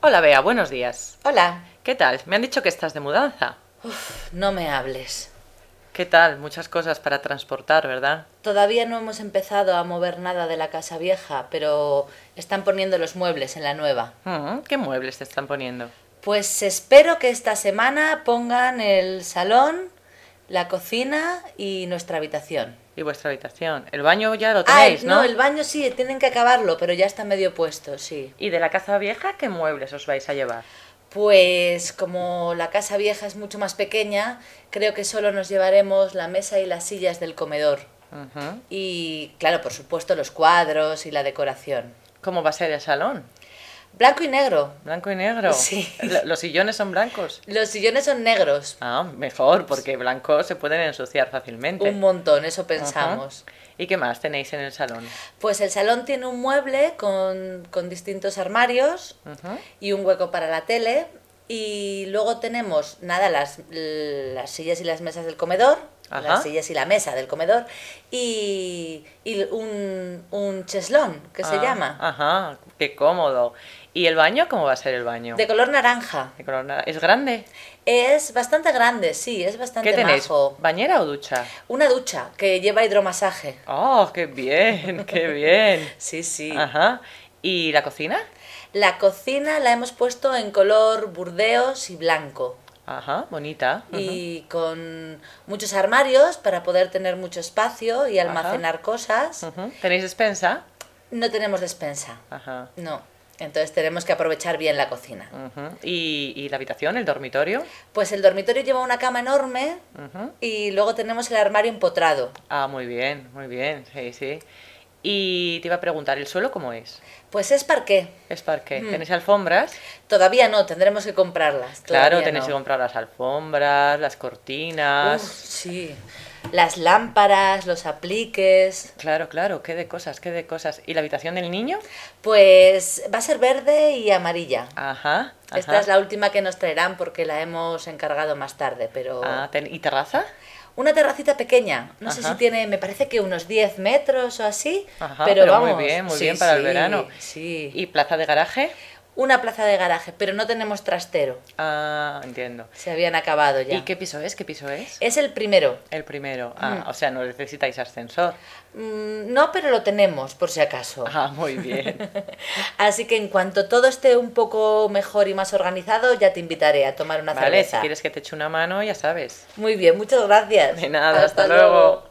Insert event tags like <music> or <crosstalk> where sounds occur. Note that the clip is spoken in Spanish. Hola Bea, buenos días. Hola. ¿Qué tal? Me han dicho que estás de mudanza. Uf, no me hables. ¿Qué tal? Muchas cosas para transportar, ¿verdad? Todavía no hemos empezado a mover nada de la casa vieja, pero están poniendo los muebles en la nueva. Mm, ¿Qué muebles te están poniendo? Pues espero que esta semana pongan el salón, la cocina y nuestra habitación. ¿Y vuestra habitación? El baño ya lo Ah, tenéis, el- no, ¿no? el baño sí, tienen que acabarlo, pero ya está medio puesto, sí. ¿Y de la casa vieja qué muebles os vais a llevar? Pues como la casa vieja es mucho más pequeña, creo que solo nos llevaremos la mesa y las sillas del comedor. Ujú. Y claro, por supuesto, los cuadros y la decoración. ¿Cómo va a ser el salón? Blanco y negro. ¿Blanco y negro? Sí. Lo- ¿Los sillones son blancos? Los sillones son negros. Ah, mejor, porque blancos se pueden ensuciar fácilmente. Un montón, eso pensamos. ¿Y qué más tenéis en el salón? Pues el salón tiene un mueble con, con distintos armarios Ujú. y un hueco para la tele. Y luego tenemos, nada, las, las sillas y las mesas del comedor. Ajá. Las sillas y la mesa del comedor. Y, y un, un cheslón, que se Ah, llama. Ajá, qué cómodo. ¿Y el baño? ¿Cómo va a ser el baño? De color naranja. De color na- ¿Es grande? Es bastante grande, sí, es bastante ¿Qué tenéis? majo. ¿Bañera o ducha? Una ducha que lleva hidromasaje. ¡Oh, qué bien! <laughs> ¡Qué bien! Sí, sí. Ajá. ¿Y la cocina? La cocina la hemos puesto en color burdeos y blanco. Ajá, bonita. Ujú. Y con muchos armarios para poder tener mucho espacio y Ajá. Mm. almacenar cosas. Ujú. ¿Tenéis despensa? No tenemos despensa, Ajá. no. Entonces tenemos que aprovechar bien la cocina. Ujú. ¿Y, y la habitación, el dormitorio? Pues el dormitorio lleva una cama enorme Ujú. y luego tenemos el armario empotrado. Ah, muy bien, muy bien, sí, sí. Y te iba a preguntar, ¿el suelo cómo es? Pues es parqué. ¿Es parque? Mm. ¿Tenéis alfombras? Todavía no, tendremos que comprarlas. Claro, todavía tenéis que no. comprar las alfombras, las cortinas. Uf, sí. Las lámparas, los apliques. Claro, claro, qué de cosas, qué de cosas. ¿Y la habitación del niño? Pues va a ser verde y amarilla. Ajá. ajá. Esta es la última que nos traerán porque la hemos encargado más tarde, pero... Ah, ten- ¿Y terraza? Una terracita pequeña, no sé Ajá. si tiene, me parece que unos 10 metros o así, Ajá, pero, vamos... muy bien, muy sí, bien para el sí, verano. Sí, ¿Y plaza de garaje? una plaza de garaje, pero no tenemos trastero, Ah, entiendo. se habían acabado ya. Eh, ¿Y qué piso es? ¿Qué piso es? Es el primero. El primero. Ah, o sea, no necesitáis ascensor. Mm, no, pero lo tenemos, por si acaso. Ah, muy bien. Así que en cuanto todo esté un poco mejor y más organizado, ya te invitaré a tomar una vale, si cerveza. quieres que te eche una mano, ya sabes. Muy bien, muchas gracias. De nada, hasta luego.